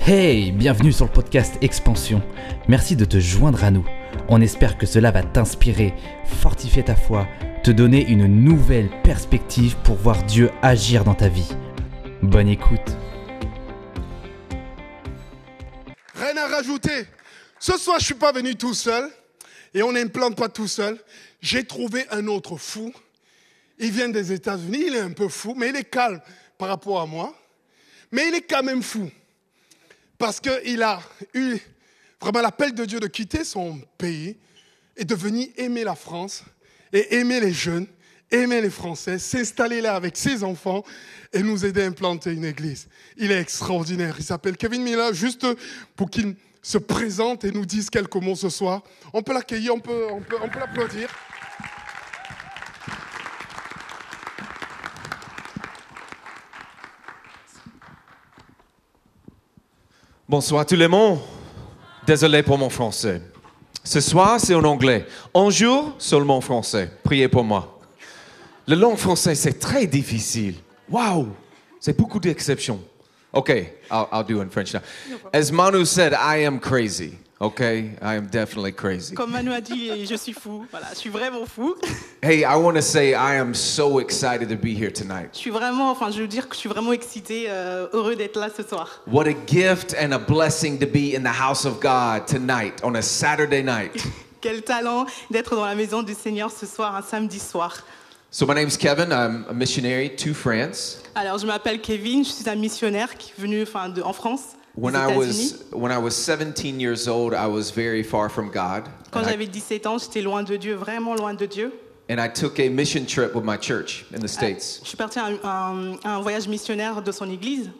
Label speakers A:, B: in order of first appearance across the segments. A: Hey, bienvenue sur le podcast Expansion. Merci de te joindre à nous. On espère que cela va t'inspirer, fortifier ta foi, te donner une nouvelle perspective pour voir Dieu agir dans ta vie. Bonne écoute.
B: Rien à rajouter. Ce soir, je suis pas venu tout seul et on n'implante pas tout seul. J'ai trouvé un autre fou. Il vient des États-Unis, il est un peu fou, mais il est calme par rapport à moi. Mais il est quand même fou parce qu'il a eu vraiment l'appel de Dieu de quitter son pays et de venir aimer la France et aimer les jeunes, aimer les Français, s'installer là avec ses enfants et nous aider à implanter une église. Il est extraordinaire. Il s'appelle Kevin Miller, juste pour qu'il se présente et nous dise quelques mots ce soir. On peut l'accueillir, on peut, on peut, on peut l'applaudir.
C: Bonsoir tout le monde. Désolé pour mon français. Ce soir, c'est en anglais. Un jour, seulement en français. Priez pour moi. Le langue français, c'est très difficile. Wow! C'est beaucoup d'exceptions. Okay, I'll, I'll do in French now. As Manu said, I am crazy. Okay, I am definitely crazy.
D: Comme Manu a dit, je suis fou. Voilà, je suis vraiment fou.
C: Hey, I want to say I am so excited to be here tonight.
D: Je suis vraiment, enfin, je veux dire que je suis vraiment excitée, euh, heureux d'être là ce soir.
C: What a gift and a blessing to be in the house of God tonight on a Saturday night.
D: Quel talent d'être dans la maison du Seigneur ce soir, un samedi soir.
C: So my name's Kevin. I'm a missionary to France.
D: Alors, je m'appelle Kevin, je suis un missionnaire qui est venu enfin, de- en France, aux
C: When I
D: États-Unis.
C: was when I was 17 years old, I was very far from God,
D: Quand
C: and I,
D: j'avais 17 ans, j'étais loin de Dieu, vraiment loin de Dieu.
C: and I took a mission trip with my church in the states.
D: Je suis partie à un, un- un voyage missionnaire de son église.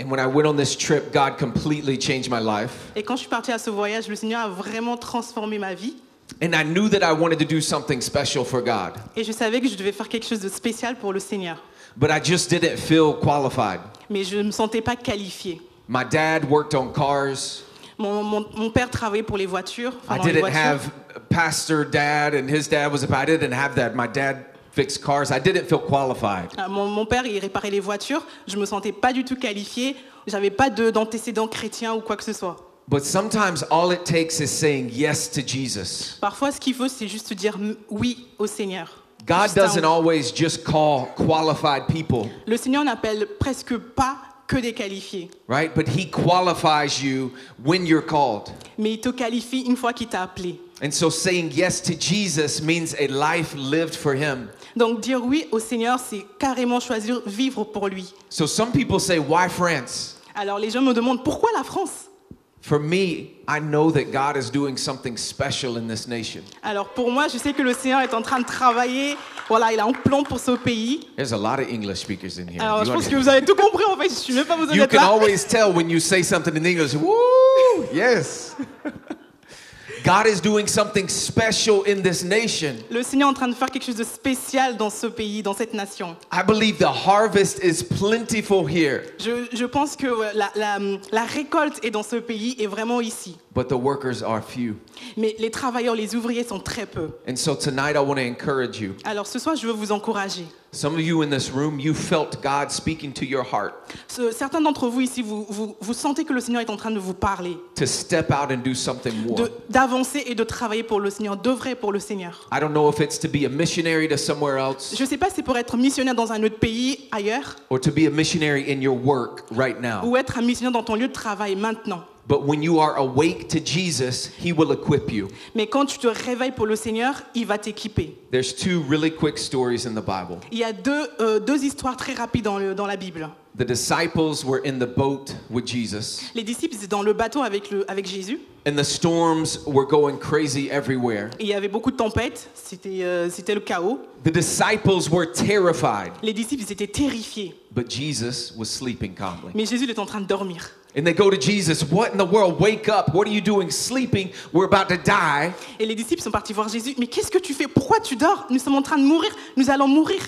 C: And when I went on this trip, God completely changed my life,
D: Et quand je suis partie à ce voyage, le Seigneur a vraiment transformé ma vie.
C: and I knew that I wanted to do something special for God,
D: Et je savais que je devais faire quelque chose de spécial pour le Seigneur.
C: but I just didn't feel qualified.
D: Mais je ne me sentais pas qualifiée.
C: My dad worked on cars.
D: Mon, mon- mon père travaillait pour les voitures. enfin,
C: I
D: dans les
C: didn't
D: voitures.
C: have a pastor dad, and his dad was a. I didn't have that. My dad fixed cars. I didn't feel qualified.
D: Euh, Mon, mon père, il réparait les voitures. Je me sentais pas du tout qualifiée. J'avais pas de- d'antécédents chrétiens ou quoi que ce soit.
C: But sometimes all it takes is saying yes to Jesus.
D: Parfois, ce qu'il faut, c'est juste dire m- oui au Seigneur.
C: God
D: Juste un
C: doesn't
D: oui.
C: always just call qualified people,
D: Le Seigneur n'appelle presque pas que des qualifiés,
C: right? But He qualifies you when you're called.
D: mais il te qualifie une fois qu'il t'a appelé.
C: And so saying yes to Jesus means a life lived for Him.
D: Donc dire oui au Seigneur, c'est carrément choisir vivre pour lui.
C: So some people say, Why France?
D: Alors les gens me demandent pourquoi la France
C: For me, I know that God is doing something special in this nation.
D: Alors pour moi, je sais que le Seigneur est en train de travailler. Voilà, il a un plan pour ce pays.
C: There's a lot of English speakers in here.
D: Alors,
C: You
D: je pense que
C: under-
D: vous avez tout compris en fait. Je suis même pas besoin
C: you
D: d'être
C: can
D: là.
C: always tell when you say something in English. Woo! Yes. God is doing something special in this nation.
D: Le Seigneur est en train de faire quelque chose de spécial dans ce pays, dans cette nation.
C: I believe the harvest is plentiful here,
D: Je, je pense que ouais, la, la- la récolte est dans ce pays et vraiment ici.
C: but the workers are few.
D: Mais les travailleurs, les ouvriers sont très peu.
C: And so tonight I want to encourage you.
D: Alors ce soir, je veux vous encourager.
C: Some of you in this room, you felt God speaking to your heart
D: Ce- certains d'entre vous ici, vous, vous- vous sentez que le Seigneur est en train de vous parler,
C: to step out and do something more.
D: de- d'avancer et de travailler pour le Seigneur, d'œuvrer pour le Seigneur.
C: I don't know if it's to be a missionary to somewhere else
D: Je ne sais pas si c'est pour être missionnaire dans un autre pays, ailleurs,
C: or to be a missionary in your work right now.
D: ou être un missionnaire dans ton lieu de travail maintenant.
C: But when you are awake to Jesus, he will equip you.
D: Mais quand tu te réveilles pour le Seigneur, il va t'équiper.
C: There's two really quick stories in the Bible.
D: Il y a deux, euh, deux histoires très rapides dans, le- dans la Bible.
C: The disciples were in the boat with Jesus,
D: Les disciples étaient dans le bateau avec, le, avec Jésus.
C: and the storms were going crazy everywhere.
D: Et il y avait beaucoup de tempêtes. C'était euh, c'était le chaos.
C: The disciples were terrified,
D: Les disciples ils étaient terrifiés.
C: but Jesus was sleeping calmly.
D: Mais Jésus il était en train de dormir.
C: And they go to Jesus, What in the world? Wake up. What are you doing sleeping? We're about to die.
D: Et les disciples sont partis voir Jésus. Mais qu'est-ce que tu fais Pourquoi tu dors Nous sommes en train de mourir. Nous allons mourir.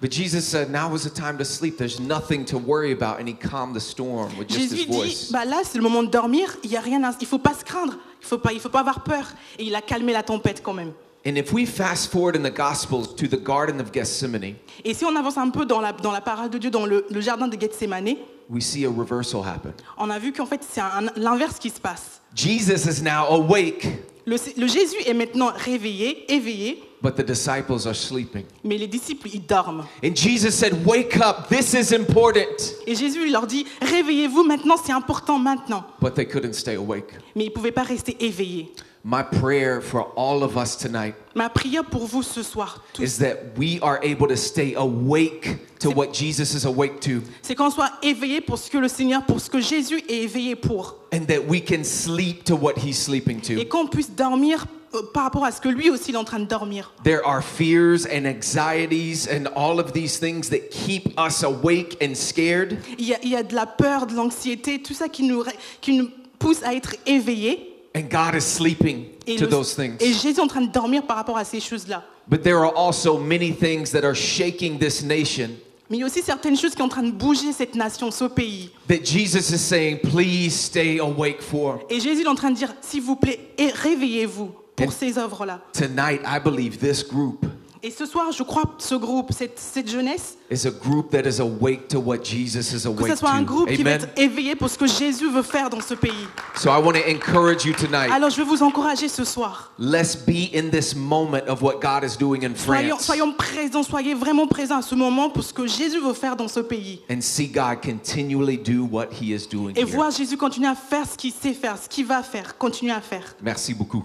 C: But Jesus said, Now is the time to sleep. There's nothing to worry about. And he calmed the storm with just his
D: Jésus dit,
C: voice.
D: bah là c'est le moment de dormir. Il y a rien. À... Il faut pas se craindre. Il faut pas. Il faut pas avoir peur. Et il a calmé la tempête quand même.
C: And if we fast forward in the Gospels to the Garden of Gethsemane,
D: Et si on avance un peu dans la, dans la parole de Dieu, dans le, le jardin de Gethsemane,
C: we see a reversal happen.
D: on a vu qu'en fait, c'est un- l'inverse qui se passe.
C: Jesus is now awake,
D: Le, le Jésus est maintenant réveillé, éveillé,
C: but the disciples are sleeping.
D: mais les disciples, ils dorment.
C: And Jesus said, Wake up, this is important.
D: Et Jésus il leur dit, réveillez-vous maintenant, c'est important maintenant.
C: But they couldn't stay awake.
D: Mais ils ne pouvaient pas rester éveillés.
C: My prayer for all of us tonight
D: Ma prière pour vous ce soir, tous,
C: is that we are able to stay awake to what Jesus is awake to,
D: c'est qu'on soit éveillé pour ce que le Seigneur, pour ce que Jésus est éveillé pour.
C: and that we can sleep to what he's sleeping to.
D: Et qu'on puisse dormir euh, par rapport à ce que lui aussi il est en train de dormir.
C: There are fears and anxieties and all of these things that keep us awake and scared.
D: Il y a, il y a de la peur, de l'anxiété, tout ça qui nous, ré- qui nous pousse à être éveillés.
C: And God is sleeping
D: Et,
C: to
D: le-
C: those things.
D: et Jésus est en train de dormir par rapport à ces choses-là.
C: But there are also many things that are shaking this nation
D: Mais il y a aussi certaines choses qui sont en train de bouger cette nation, ce pays.
C: that Jesus is saying, please stay awake for.
D: Et Jésus est en train de dire, s'il vous plaît, et réveillez-vous
C: Et-
D: pour ces œuvres-là.
C: Tonight, I believe this group
D: Et ce soir, je crois que ce groupe, cette, cette jeunesse,
C: is a group that is awake to what Jesus is
D: que ce
C: awake to.
D: soit un groupe qui va
C: Amen.
D: être éveillé pour ce que Jésus veut faire dans ce pays.
C: So I want to encourage you tonight.
D: Alors je veux vous encourager ce soir.
C: Let's be in this moment of what God is doing in
D: Soyons,
C: France
D: soyons présents, soyez vraiment présents à ce moment pour ce que Jésus veut faire dans ce pays.
C: and see God continually do what He is doing
D: Et
C: here.
D: voir Jésus continuer à faire ce qu'il sait faire, ce qu'il va faire, continuer à faire.
C: Merci beaucoup.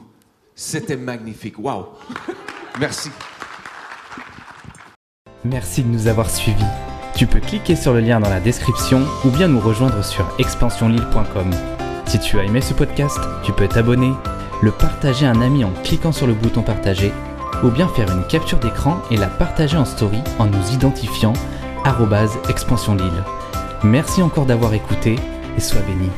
C: C'était magnifique. Wow. Merci.
A: Merci de nous avoir suivis. Tu peux cliquer sur le lien dans la description ou bien nous rejoindre sur expansionlille.com. Si tu as aimé ce podcast, tu peux t'abonner, le partager à un ami en cliquant sur le bouton partager ou bien faire une capture d'écran et la partager en story en nous identifiant arobase expansionlille. Merci encore d'avoir écouté et sois béni.